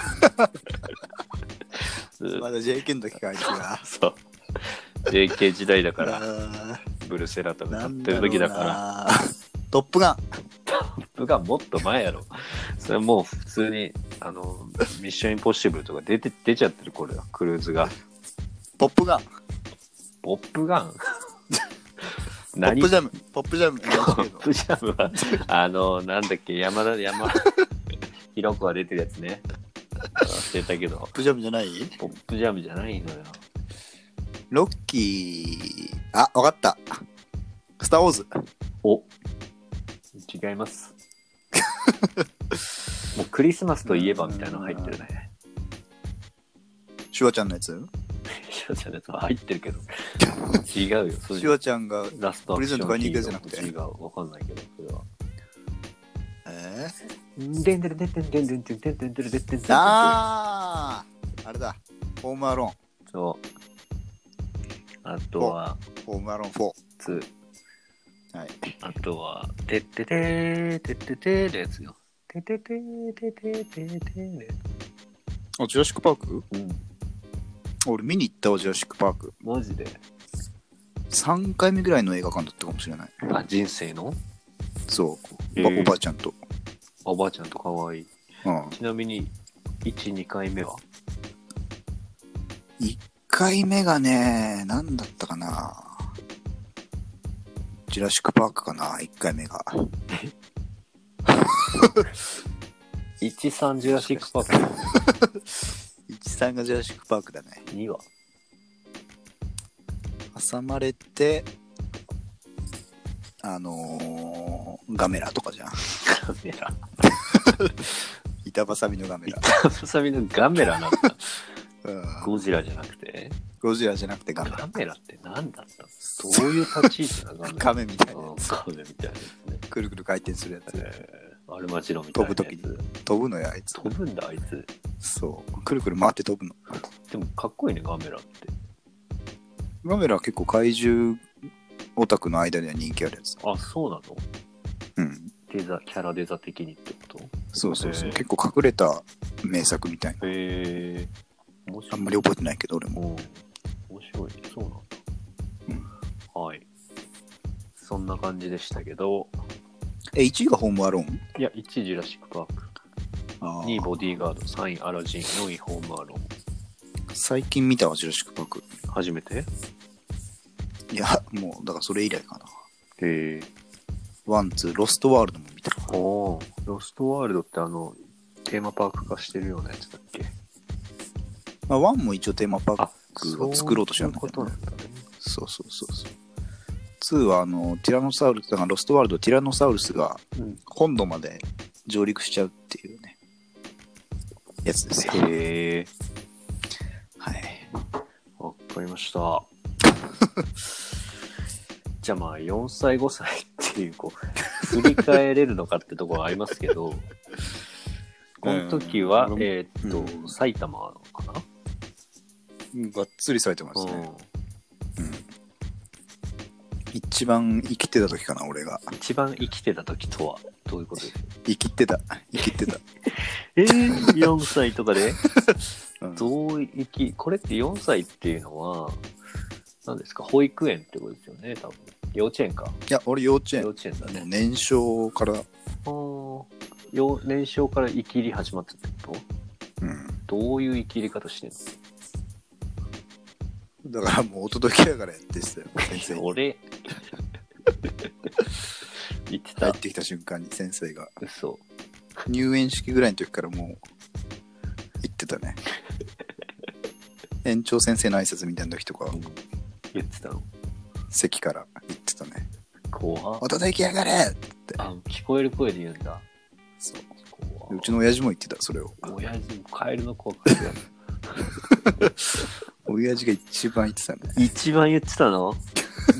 [SPEAKER 1] ずーっ
[SPEAKER 2] まだ JK の時かあいつが
[SPEAKER 1] とそう。JK 時代だから、
[SPEAKER 2] あ
[SPEAKER 1] ブルセラと
[SPEAKER 2] ー
[SPEAKER 1] かや
[SPEAKER 2] な
[SPEAKER 1] っ
[SPEAKER 2] ん
[SPEAKER 1] てる時だ
[SPEAKER 2] ろう
[SPEAKER 1] か
[SPEAKER 2] なトップガン
[SPEAKER 1] ら、僕がもっと前やろ。それもう普通に、あの、ミッションインポッシブルとか出て、出ちゃってる、これは、クルーズが。
[SPEAKER 2] ポップガン
[SPEAKER 1] ポップガン
[SPEAKER 2] ポッ
[SPEAKER 1] 何
[SPEAKER 2] プジャムポッ
[SPEAKER 1] [LAUGHS]
[SPEAKER 2] プジャム NHK
[SPEAKER 1] ポップジャムは、あの、なんだっけ、山田、山、ひろこが出てるやつね。忘れたけど、
[SPEAKER 2] ポップジャムじゃない
[SPEAKER 1] ポップジャムじゃないのよ。
[SPEAKER 2] ロッキーあ分かったスター・ウォーズ
[SPEAKER 1] お違います。もうクリスマスといえばみたいなの入ってるね。
[SPEAKER 2] シュワちゃんのやつ
[SPEAKER 1] シュワちゃんのやつは入ってるけど。違うよ。それ
[SPEAKER 2] シュワちゃんが
[SPEAKER 1] ラストアクション
[SPEAKER 2] プレゼント買いに行くやつじゃなくて
[SPEAKER 1] 違う。わかんないけど、それは。
[SPEAKER 2] え
[SPEAKER 1] でんでるでんでんでんでんでんでんでんでんでんでんでんでん
[SPEAKER 2] ー、あーあれだホームアロ
[SPEAKER 1] そう。あとは、
[SPEAKER 2] ーンホームアローン4
[SPEAKER 1] つ、
[SPEAKER 2] はい
[SPEAKER 1] あとは、てっててー、てっててーのやつよ。てっててー、てっててー、てってーのや
[SPEAKER 2] あジュラシック・パーク
[SPEAKER 1] つ。うん。
[SPEAKER 2] 俺見に行ったわジュラシック・パーク
[SPEAKER 1] マジで。
[SPEAKER 2] 3回目ぐらいの映画館だったかもしれない
[SPEAKER 1] あ、人生の
[SPEAKER 2] そう、
[SPEAKER 1] え
[SPEAKER 2] ば
[SPEAKER 1] ー
[SPEAKER 2] おばあちゃんと、
[SPEAKER 1] おばあちゃんとかわいい。
[SPEAKER 2] うん、
[SPEAKER 1] ちなみに、1、2回目は
[SPEAKER 2] 1回目がね何だったかなジュラシック・パークかな1回目が
[SPEAKER 1] ?1、3、ジュラシックパーク。
[SPEAKER 2] 13がジュラシック・パークだね
[SPEAKER 1] 2は
[SPEAKER 2] あ挟まれて、あのーガメラとかじゃん。
[SPEAKER 1] ガメラ。
[SPEAKER 2] 板挟みのガメラ。
[SPEAKER 1] ハサミのガメラなんだ。
[SPEAKER 2] うん
[SPEAKER 1] ゴジラじゃなくて。
[SPEAKER 2] ゴジラじゃなくてガメラ。
[SPEAKER 1] ガメラって何だったのどういう立ち位置なの
[SPEAKER 2] 亀みたいなやつ。
[SPEAKER 1] カメみたいなやつね。
[SPEAKER 2] くるくる回転するやつ。
[SPEAKER 1] えー、アルマジロみたいなやつ。
[SPEAKER 2] 飛ぶ時に飛ぶのよ、あいつ。
[SPEAKER 1] 飛ぶんだ、あいつ。
[SPEAKER 2] そう。くるくる回って飛ぶの。
[SPEAKER 1] でもかっこいいね、ガメラって。
[SPEAKER 2] ガメラは結構怪獣オタクの間では人気あるやつ。
[SPEAKER 1] あ、そうなの
[SPEAKER 2] うん。
[SPEAKER 1] デザ、キャラデザ的にってこと
[SPEAKER 2] そうそうそう。
[SPEAKER 1] へー
[SPEAKER 2] 結構隠れた名作みたいな。
[SPEAKER 1] へえー。面白
[SPEAKER 2] あ
[SPEAKER 1] い
[SPEAKER 2] んまり覚えてないけど、俺
[SPEAKER 1] う
[SPEAKER 2] も。
[SPEAKER 1] ん。面白い。そうなんだ。はい。そんな感じでしたけど、
[SPEAKER 2] え、1位がホームアローン
[SPEAKER 1] いや、1位ジュラシック・パーク、
[SPEAKER 2] あ
[SPEAKER 1] 2位ボディーガード、3位アラジン、4位ホームアローン。
[SPEAKER 2] 最近見たわ、ジュラシックパーク。
[SPEAKER 1] 初めてへ
[SPEAKER 2] いや、もう、だからそれ以来かな。
[SPEAKER 1] え
[SPEAKER 2] ワン、ツー、ロストワールドも見た。
[SPEAKER 1] ー。おーロストワールドってあの、テーマパーク化してるようなやつだっけ
[SPEAKER 2] まあ、ワンも一応テーマパークを作ろうとして
[SPEAKER 1] る
[SPEAKER 2] るん
[SPEAKER 1] ん
[SPEAKER 2] だ
[SPEAKER 1] こ
[SPEAKER 2] け
[SPEAKER 1] と
[SPEAKER 2] ど、
[SPEAKER 1] なんだね。
[SPEAKER 2] そうそうそうそう。ツーは、あの、ティラノサウルス、だからロストワールド、ティラノサウルスが
[SPEAKER 1] うん。
[SPEAKER 2] 本土まで上陸しちゃうっていうね、やつですよ。
[SPEAKER 1] へえ
[SPEAKER 2] はい。
[SPEAKER 1] ー。わかりま
[SPEAKER 2] [LAUGHS]
[SPEAKER 1] した。じゃあまあ、4歳、5歳っていう、こう、振り返れるのかってとこはありますけ
[SPEAKER 2] [LAUGHS]
[SPEAKER 1] ど、この時は
[SPEAKER 2] う、ん
[SPEAKER 1] えーっと、
[SPEAKER 2] うん
[SPEAKER 1] 埼玉なのかな
[SPEAKER 2] がっつりされてま
[SPEAKER 1] う
[SPEAKER 2] すね。
[SPEAKER 1] ん。
[SPEAKER 2] 一番生きてた時かな、俺が。
[SPEAKER 1] 一番生きてた時とはどういうことですか
[SPEAKER 2] 生きてた。生きてた。
[SPEAKER 1] えー、4歳とかで
[SPEAKER 2] うん
[SPEAKER 1] 同域これって4歳っていうのは何ですか保育園ってことですよね多分幼稚園か
[SPEAKER 2] いや、俺幼稚園
[SPEAKER 1] 幼。稚園だ
[SPEAKER 2] もう
[SPEAKER 1] ね
[SPEAKER 2] 年少から、
[SPEAKER 1] あー幼年少から生きり始まったってこ
[SPEAKER 2] うん。
[SPEAKER 1] とどういう生きり方してん
[SPEAKER 2] だからもうお届けやからやっ
[SPEAKER 1] [LAUGHS]
[SPEAKER 2] てしたよ、先生
[SPEAKER 1] の
[SPEAKER 2] に。
[SPEAKER 1] 俺言って
[SPEAKER 2] 入
[SPEAKER 1] た
[SPEAKER 2] ってきた瞬間に先生が。
[SPEAKER 1] 嘘
[SPEAKER 2] 入園式ぐらいの時からもう、行ってた
[SPEAKER 1] [LAUGHS]
[SPEAKER 2] ね。園長先生の挨拶みたいな時とか、
[SPEAKER 1] 言ってたの
[SPEAKER 2] 席から行ってたね。
[SPEAKER 1] 怖っ
[SPEAKER 2] お届けやがれって。
[SPEAKER 1] あ聞こえる声で言うんだ
[SPEAKER 2] そう
[SPEAKER 1] 怖
[SPEAKER 2] で
[SPEAKER 1] っ
[SPEAKER 2] うちの親父も言ってた、それを。
[SPEAKER 1] 親父もカエルの怖かった
[SPEAKER 2] 親父が一番言ってたね。
[SPEAKER 1] 一番言ってたの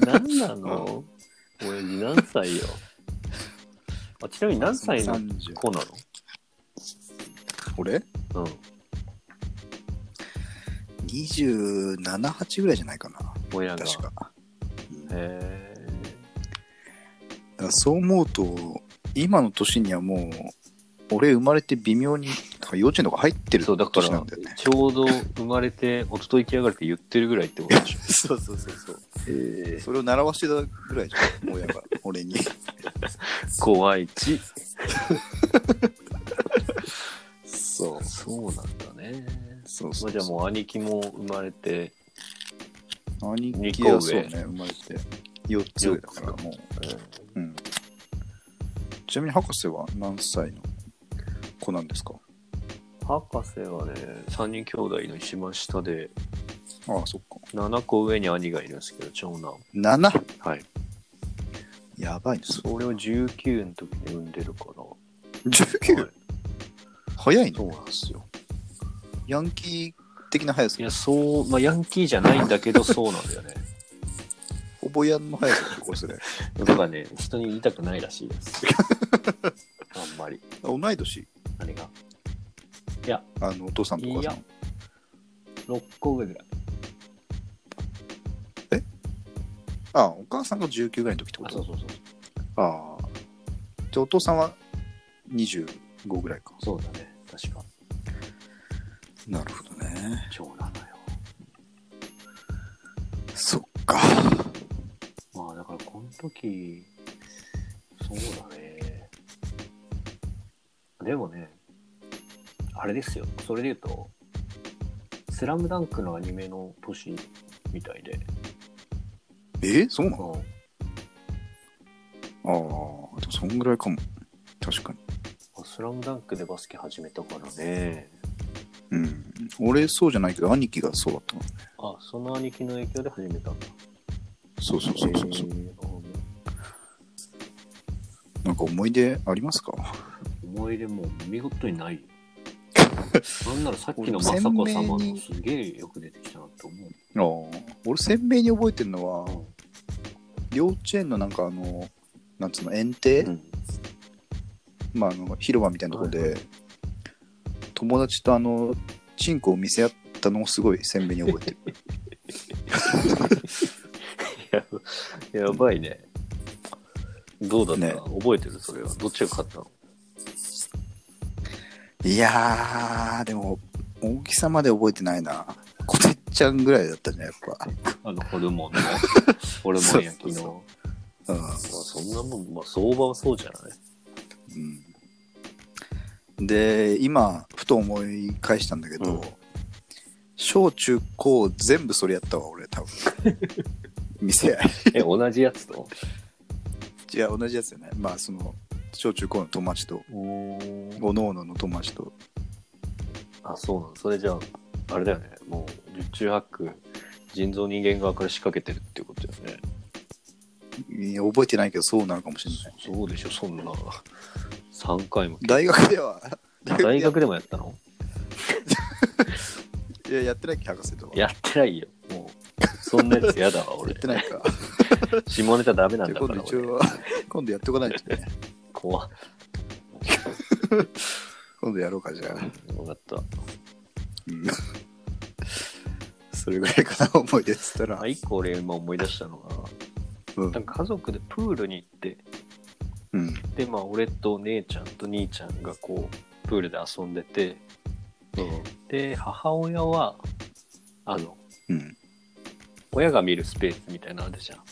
[SPEAKER 1] 何なの親父何歳よあちなみに何歳の
[SPEAKER 2] ?30。
[SPEAKER 1] 子な
[SPEAKER 2] 俺
[SPEAKER 1] の
[SPEAKER 2] ?27、8ぐらいじゃないかな。
[SPEAKER 1] うん親が
[SPEAKER 2] 確か。うんだか
[SPEAKER 1] へ
[SPEAKER 2] らそう思うと、今の年にはもう、俺生まれて微妙に、だから幼稚園とか入って
[SPEAKER 1] え
[SPEAKER 2] る
[SPEAKER 1] そうだか
[SPEAKER 2] 年な
[SPEAKER 1] ら
[SPEAKER 2] んだよね。
[SPEAKER 1] ちょうど生まれておとといきやがるって言ってるぐらいってことで
[SPEAKER 2] [LAUGHS]
[SPEAKER 1] しょ
[SPEAKER 2] そうそうそうそう。
[SPEAKER 1] へ
[SPEAKER 2] それを習わしてたぐらいじゃん、親が、俺
[SPEAKER 1] [LAUGHS]
[SPEAKER 2] に。
[SPEAKER 1] 怖いち
[SPEAKER 2] そう。
[SPEAKER 1] そうなんだね
[SPEAKER 2] そう
[SPEAKER 1] ま
[SPEAKER 2] そ
[SPEAKER 1] あ
[SPEAKER 2] う
[SPEAKER 1] じゃあ
[SPEAKER 2] そ
[SPEAKER 1] もう兄貴も生まれて
[SPEAKER 2] う。兄貴はそうね、
[SPEAKER 1] 二
[SPEAKER 2] 生まれて。4つ上だから、もう。
[SPEAKER 1] うん
[SPEAKER 2] うん。ちなみに博士は何歳の子なんですか
[SPEAKER 1] 博士はね3人兄弟の一番下で
[SPEAKER 2] ああ、そっか。
[SPEAKER 1] 7個上に兄がいるんですけど長男
[SPEAKER 2] 7!
[SPEAKER 1] はい
[SPEAKER 2] やばいね。
[SPEAKER 1] それを19の時に産んでるから。
[SPEAKER 2] 19! 早い
[SPEAKER 1] そう
[SPEAKER 2] ね。
[SPEAKER 1] なんですよ。
[SPEAKER 2] ヤンキー的な速さ
[SPEAKER 1] い。や、そう、まあ、ヤンキーじゃないんだけ [LAUGHS] ど、そうなんだよね。
[SPEAKER 2] ほぼヤンの速さでしょ、これ
[SPEAKER 1] [LAUGHS]
[SPEAKER 2] それ。
[SPEAKER 1] だからね、人に言いたくないらしいです。 [LAUGHS] あんまり。
[SPEAKER 2] 同い年
[SPEAKER 1] 何がいや、
[SPEAKER 2] あの、お父さんとお母さ
[SPEAKER 1] いや
[SPEAKER 2] ん。
[SPEAKER 1] 6個上ぐらい。
[SPEAKER 2] ああ、お母さんが19ぐらいの時ってこ
[SPEAKER 1] あ、
[SPEAKER 2] と
[SPEAKER 1] そうそうそう。
[SPEAKER 2] ああ。じゃあお父さんは25ぐらいか。
[SPEAKER 1] そうだね。確か。
[SPEAKER 2] なるほどね。
[SPEAKER 1] 長男だよ。
[SPEAKER 2] そっか。
[SPEAKER 1] まあ、だから、この時、そうだね。でもね、あれですよ。それで言うと、スラムダンクのアニメの年みたいで。
[SPEAKER 2] えそうなの
[SPEAKER 1] うん
[SPEAKER 2] ああ、でもそんぐらいかも。確かに。
[SPEAKER 1] スラムダンクでバスケ始めたからね。
[SPEAKER 2] うん。俺そうじゃないけど、兄貴がそうだったの。
[SPEAKER 1] あ、その兄貴の影響で始めたんだ。
[SPEAKER 2] そうそうそうそうそう。
[SPEAKER 1] えー
[SPEAKER 2] なんか思い出ありますか
[SPEAKER 1] 思い出も見事に [LAUGHS] ないよなんならさっきの雅子様のすげえよく出てきたなと思う。
[SPEAKER 2] ああ俺鮮明に覚えてるのは幼稚園のなんかあのなんつうの園庭、
[SPEAKER 1] うん
[SPEAKER 2] まあ、あの広場みたいなとこで、
[SPEAKER 1] はいは
[SPEAKER 2] 友達とあのチンコを見せ合ったのをすごい鮮明に覚えてる
[SPEAKER 1] ややばいね。どうだった、
[SPEAKER 2] ね
[SPEAKER 1] 覚えてるそれは。どっちが勝ったの
[SPEAKER 2] [LAUGHS] いやーでも大きさまで覚えてないなこてっちゃんぐらいだったねやっ
[SPEAKER 1] あの、ホルモン [LAUGHS] の、ホルモン焼き
[SPEAKER 2] そうそう
[SPEAKER 1] の。
[SPEAKER 2] ぱ、
[SPEAKER 1] まあ、そんなもん、まあ、相場はそうじゃない
[SPEAKER 2] うんうん、で今ふと思い返したんだけど、
[SPEAKER 1] うん
[SPEAKER 2] 小中高全部それやったわ俺多分 [LAUGHS] 見せ合い
[SPEAKER 1] え、同じやつと
[SPEAKER 2] いや同じやつよねまあその小中高の友達とおのおのの友達と
[SPEAKER 1] あ、そうなの。それじゃあ、あれだよね。もう、十中八九、人造人間側から仕掛けてるっていうことだよね。
[SPEAKER 2] いや覚えてないけどそうなのかもしれない
[SPEAKER 1] そうでしょ、そんな。3回
[SPEAKER 2] [LAUGHS]
[SPEAKER 1] も。
[SPEAKER 2] 大学では
[SPEAKER 1] [LAUGHS] 大学
[SPEAKER 2] で
[SPEAKER 1] でもやったの
[SPEAKER 2] いややってないっけ博士とは
[SPEAKER 1] や
[SPEAKER 2] や
[SPEAKER 1] ってないよ。もう、そんなやつやだ
[SPEAKER 2] [LAUGHS]
[SPEAKER 1] わ、俺
[SPEAKER 2] っ。てないか
[SPEAKER 1] 下ネタダメ [LAUGHS] なん
[SPEAKER 2] じゃ
[SPEAKER 1] だ
[SPEAKER 2] あ
[SPEAKER 1] から
[SPEAKER 2] 今度、一
[SPEAKER 1] 俺。
[SPEAKER 2] 応 [LAUGHS] 今度やっておかないとね
[SPEAKER 1] 怖っ
[SPEAKER 2] 今度やろうかじゃあ、
[SPEAKER 1] 分かった。
[SPEAKER 2] うんそれぐらいかな思い出っつったら、
[SPEAKER 1] あ、一個俺今思い出したのが、
[SPEAKER 2] うん
[SPEAKER 1] なんか家族でプールに行って、
[SPEAKER 2] うん
[SPEAKER 1] で、まあ、俺と姉ちゃんと兄ちゃんがこう、プールで遊んでて、で、母親は、あの、
[SPEAKER 2] うん
[SPEAKER 1] 親が見るスペースみたいなのあるじゃん。
[SPEAKER 2] は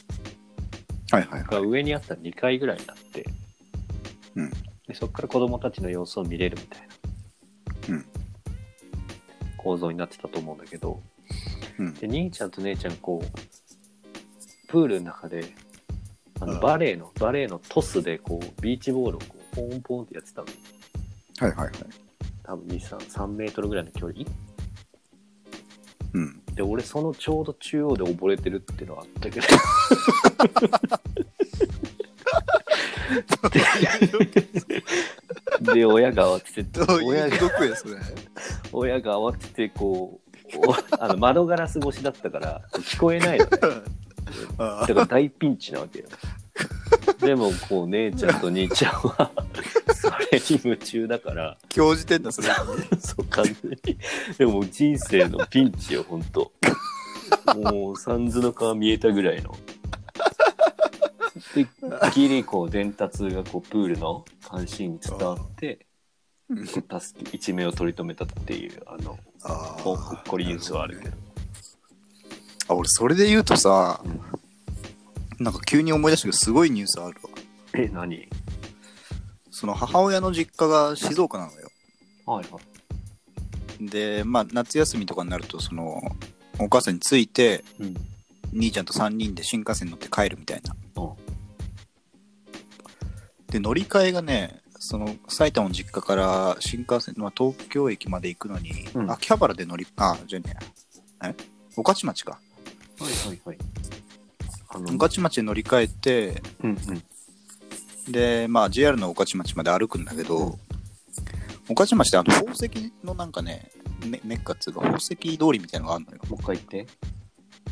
[SPEAKER 2] いはいはい
[SPEAKER 1] が上にあったら2階ぐらいになって、
[SPEAKER 2] うん
[SPEAKER 1] でそこから子供たちの様子を見れるみたいな、
[SPEAKER 2] うん
[SPEAKER 1] 構造になってたと思うんだけど、
[SPEAKER 2] うん
[SPEAKER 1] で兄ちゃんと姉ちゃんこうプールの中であ
[SPEAKER 2] う
[SPEAKER 1] の
[SPEAKER 2] ん
[SPEAKER 1] バレーの、バレーのトスでこうビーチボールをこうポンポンってやってたの
[SPEAKER 2] はいはいはい
[SPEAKER 1] 多分233メートルぐらいの距離 [LAUGHS]
[SPEAKER 2] うん
[SPEAKER 1] で俺そのちょうど中央で溺れてるっていうのはあった
[SPEAKER 2] [LAUGHS]
[SPEAKER 1] けどで親が慌てて
[SPEAKER 2] どうい
[SPEAKER 1] [LAUGHS] 親
[SPEAKER 2] う
[SPEAKER 1] が
[SPEAKER 2] 毒やそれ
[SPEAKER 1] 親が慌ててこうおあの窓ガラス越しだったから聞こえないのね
[SPEAKER 2] あ
[SPEAKER 1] だから大ピンチなわけよでもこう姉ちゃんと兄ちゃんはそれに夢中だから
[SPEAKER 2] 教じてんだそれ
[SPEAKER 1] そう完全にでももう人生のピンチよ本当もう三途の川見えたぐらいのでギリこう伝達がこうプールの監視員に伝わって
[SPEAKER 2] うん
[SPEAKER 1] こう助け一命を取り留めたっていうあの
[SPEAKER 2] あ
[SPEAKER 1] ほほっこりニュースはあるけど、
[SPEAKER 2] あ俺それで言うとさ
[SPEAKER 1] うん
[SPEAKER 2] なんか急に思い出したけどすごいニュースあるわ
[SPEAKER 1] え何
[SPEAKER 2] その母親の実家が静岡なのよ
[SPEAKER 1] はいはい
[SPEAKER 2] でまあ夏休みとかになるとそのお母さんについて
[SPEAKER 1] うん
[SPEAKER 2] 兄ちゃんと3人で新幹線に乗って帰るみたいな
[SPEAKER 1] うん
[SPEAKER 2] で乗り換えがねその埼玉の実家から新幹線、まあ、東京駅まで行くのに、
[SPEAKER 1] うん
[SPEAKER 2] 秋葉原で乗りあじゃねえやえ御徒町か
[SPEAKER 1] はいはいはいあの
[SPEAKER 2] 御徒町で乗り換えて
[SPEAKER 1] うんうん
[SPEAKER 2] でまあ JR の御徒町まで歩くんだけど、御徒町ってあの宝石のなんかねメメッカっつうか宝石通りみたいなのがあるのよ
[SPEAKER 1] もう一回言って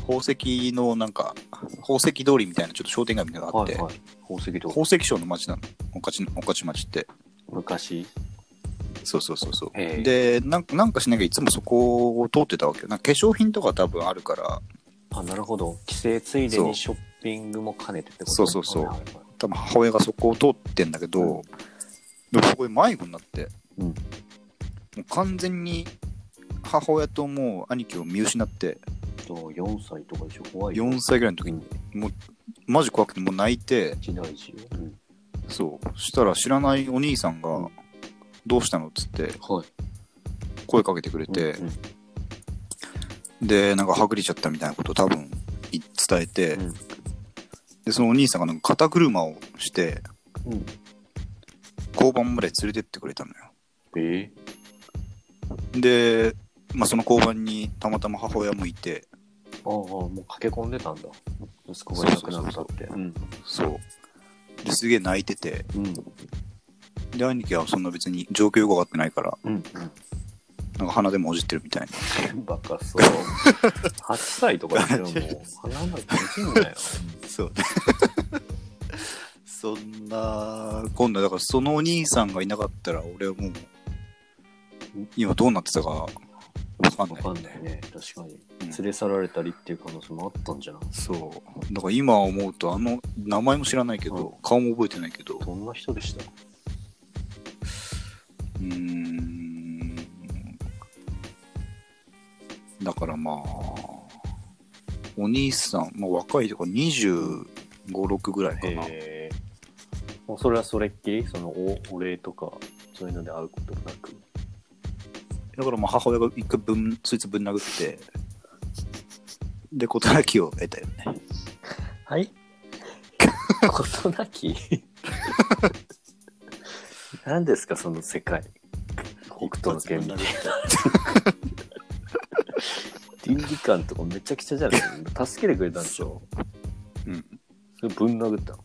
[SPEAKER 2] 宝石のなんか宝石通りみたいなちょっと商店街みたいなのがあっ
[SPEAKER 1] は
[SPEAKER 2] て、
[SPEAKER 1] いはい宝石と
[SPEAKER 2] 宝石商の町なの御徒御徒町って
[SPEAKER 1] 昔
[SPEAKER 2] そうそうそうそう
[SPEAKER 1] へえ
[SPEAKER 2] でなんなんかしなきゃいつもそこを通ってたわけよなんか化粧品とか多分あるから
[SPEAKER 1] あなるほど帰省ついで
[SPEAKER 2] そう
[SPEAKER 1] にショッピングも兼ねてってこと
[SPEAKER 2] そうそうそう
[SPEAKER 1] はいはいはい
[SPEAKER 2] 多分母親がそこを通ってんだけど、でもそこに迷子になって、
[SPEAKER 1] うん
[SPEAKER 2] もう完全に母親ともう兄貴を見失って
[SPEAKER 1] えっと4歳とかでしょ怖いよ
[SPEAKER 2] 4歳ぐらいの時にマジ怖くてもう泣いて
[SPEAKER 1] 時代児よ、うん、
[SPEAKER 2] そうそしたら知らないお兄さん
[SPEAKER 1] う
[SPEAKER 2] が
[SPEAKER 1] ん
[SPEAKER 2] 「どうしたの?」っつって
[SPEAKER 1] はい
[SPEAKER 2] 声かけてくれて、
[SPEAKER 1] うん
[SPEAKER 2] でなんかはぐれちゃったみたいなことを多分い伝えて、
[SPEAKER 1] うん
[SPEAKER 2] でそのお兄さんがなんか肩車をして
[SPEAKER 1] うんうん
[SPEAKER 2] 交番まで連れてってくれたのよ
[SPEAKER 1] え
[SPEAKER 2] で、まあ、その交番にたまたま母親もいて
[SPEAKER 1] ー、ああもう駆け込んでたんだ息子がいなくなったって。うん。
[SPEAKER 2] そう。ですげえ泣いてて、
[SPEAKER 1] うん。
[SPEAKER 2] で、兄貴はそんな別に状況よくわかってないから、
[SPEAKER 1] うん。
[SPEAKER 2] なんか鼻でもおじってるみたいな。
[SPEAKER 1] バカ [LAUGHS] そう。8歳とかだったらもう、鼻なんか落ちんだよ。
[SPEAKER 2] [LAUGHS] そう。そんな、今度だからそのお兄さんがいなかったら、俺はもう、今どうなってたか、わか
[SPEAKER 1] わ
[SPEAKER 2] んない。
[SPEAKER 1] かんないね。確かに。
[SPEAKER 2] うん
[SPEAKER 1] 連れ去られたりっていう可能性もあったんじゃない
[SPEAKER 2] そう。だから今思うと、あの、名前も知らないけど、
[SPEAKER 1] うん
[SPEAKER 2] 顔も覚えてないけど、
[SPEAKER 1] どんな人でした
[SPEAKER 2] うーん。だからまあ、お兄さん、まあ若いとか25、6ぐらいかな。
[SPEAKER 1] えもうそれはそれっきりそのおお礼とかそういうので会うこともなく
[SPEAKER 2] だからまあ母親が一回ぶん、そいつぶん殴って、で、事なきを得たよね。
[SPEAKER 1] はい [LAUGHS] ことなき何ですかその世界北斗の剣みたいな倫理観とかめちゃくちゃじゃない助けてくれたんでしょ
[SPEAKER 2] うん、
[SPEAKER 1] それぶん殴ったの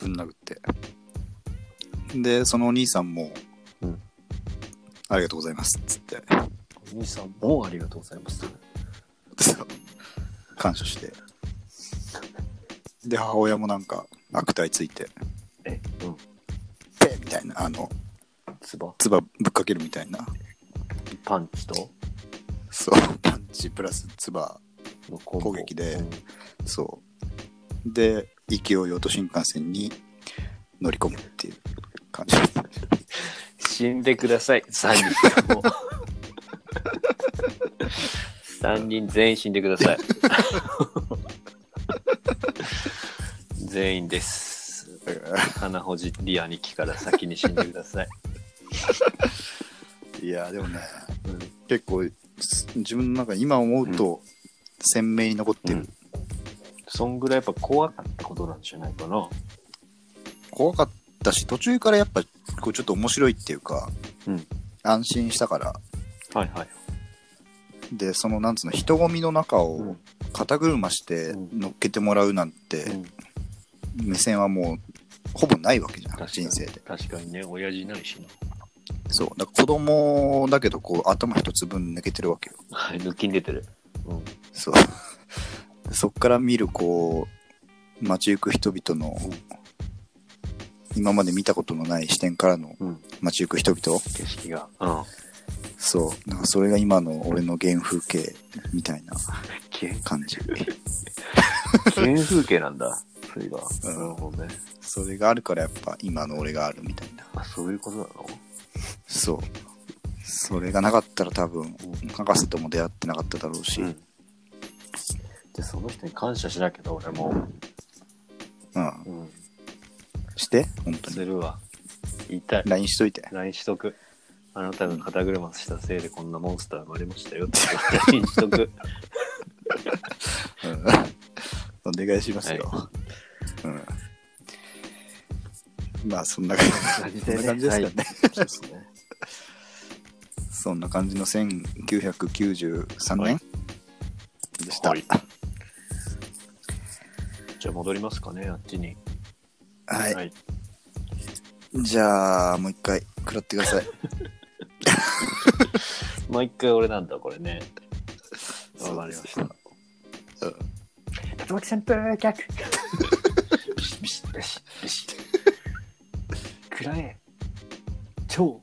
[SPEAKER 2] ぶん殴って。で、そのお兄さんも、
[SPEAKER 1] うん
[SPEAKER 2] ありがとうございます、っつって、 [LAUGHS]
[SPEAKER 1] お兄さんもうありがとうございます
[SPEAKER 2] そう感謝して。で、母親もなんか、悪態ついて、
[SPEAKER 1] えうん
[SPEAKER 2] ペッみたいな、あの、
[SPEAKER 1] つば
[SPEAKER 2] 唾ぶっかけるみたいな、
[SPEAKER 1] パンチと
[SPEAKER 2] そう、パンチプラス唾、
[SPEAKER 1] のコンボ
[SPEAKER 2] 攻撃で
[SPEAKER 1] うん
[SPEAKER 2] そう。で、勢いよと新幹線に乗り込むっていう感じです。
[SPEAKER 1] 死んでください3人とも3人全員死んでください全員です鼻ほじり兄貴から先に死んでください、
[SPEAKER 2] [LAUGHS] いや、でもね、
[SPEAKER 1] うん
[SPEAKER 2] 結構、す自分の中で今思うと、鮮明に残ってる。
[SPEAKER 1] そんぐらいやっぱ怖かったことなんじゃないかな
[SPEAKER 2] 怖かったし、途中からやっぱ、こうちょっと面白いっていうか、
[SPEAKER 1] うん
[SPEAKER 2] 安心したから、
[SPEAKER 1] はいはい、
[SPEAKER 2] で、その、なんつうの、人混みの中
[SPEAKER 1] う
[SPEAKER 2] を
[SPEAKER 1] ん
[SPEAKER 2] 肩車して
[SPEAKER 1] うん
[SPEAKER 2] 乗っけてもらうなんて、目線はもう、ほぼないわけじゃん、
[SPEAKER 1] 確かに
[SPEAKER 2] 人生で。
[SPEAKER 1] 確かにね親父いないしな
[SPEAKER 2] そう。だから子供だけど、こう、頭一つ分抜けてるわけよ。
[SPEAKER 1] はい抜きん出てる、うん、
[SPEAKER 2] そう。 [LAUGHS] そっから見る、こう、街行く人々の、今まで見たことのない視点からの
[SPEAKER 1] うん
[SPEAKER 2] 街行く人々。
[SPEAKER 1] 景色が、うん、
[SPEAKER 2] そう。なんかそれが今の俺の原風景みたいな
[SPEAKER 1] 原
[SPEAKER 2] 感
[SPEAKER 1] [LAUGHS]
[SPEAKER 2] じ。
[SPEAKER 1] 原風景なんだそれが、
[SPEAKER 2] うん
[SPEAKER 1] なるほどね
[SPEAKER 2] それがあるからやっぱ今の俺があるみたいな。
[SPEAKER 1] あそういうことなの
[SPEAKER 2] そう。それがなかったら多分、博士とも出会ってなかっただろうし、
[SPEAKER 1] う
[SPEAKER 2] うんん。
[SPEAKER 1] でその人に感謝しなきゃな俺も、うん、
[SPEAKER 2] して、本当
[SPEAKER 1] す
[SPEAKER 2] に。
[SPEAKER 1] るわ言いたい
[SPEAKER 2] LINE しといて。
[SPEAKER 1] LINE しとくあなたが肩車したせいでこんなモンスター生まれましたよって LINE しと [LAUGHS] く
[SPEAKER 2] うんお願いしますよ。うん。まあ、そんな感じ。そんな感じですかね。
[SPEAKER 1] そうですね
[SPEAKER 2] [LAUGHS] そんな感じの1993年、
[SPEAKER 1] はい
[SPEAKER 2] でした。
[SPEAKER 1] はいじゃあ戻りますかねあっちに
[SPEAKER 2] はい
[SPEAKER 1] はい、
[SPEAKER 2] じゃあ、もう一回、食らってください。
[SPEAKER 1] 毎回俺なんだこれね
[SPEAKER 2] そう
[SPEAKER 1] わかりました
[SPEAKER 2] うん
[SPEAKER 1] 竜巻旋風脚ビシビシビシビシくらえ超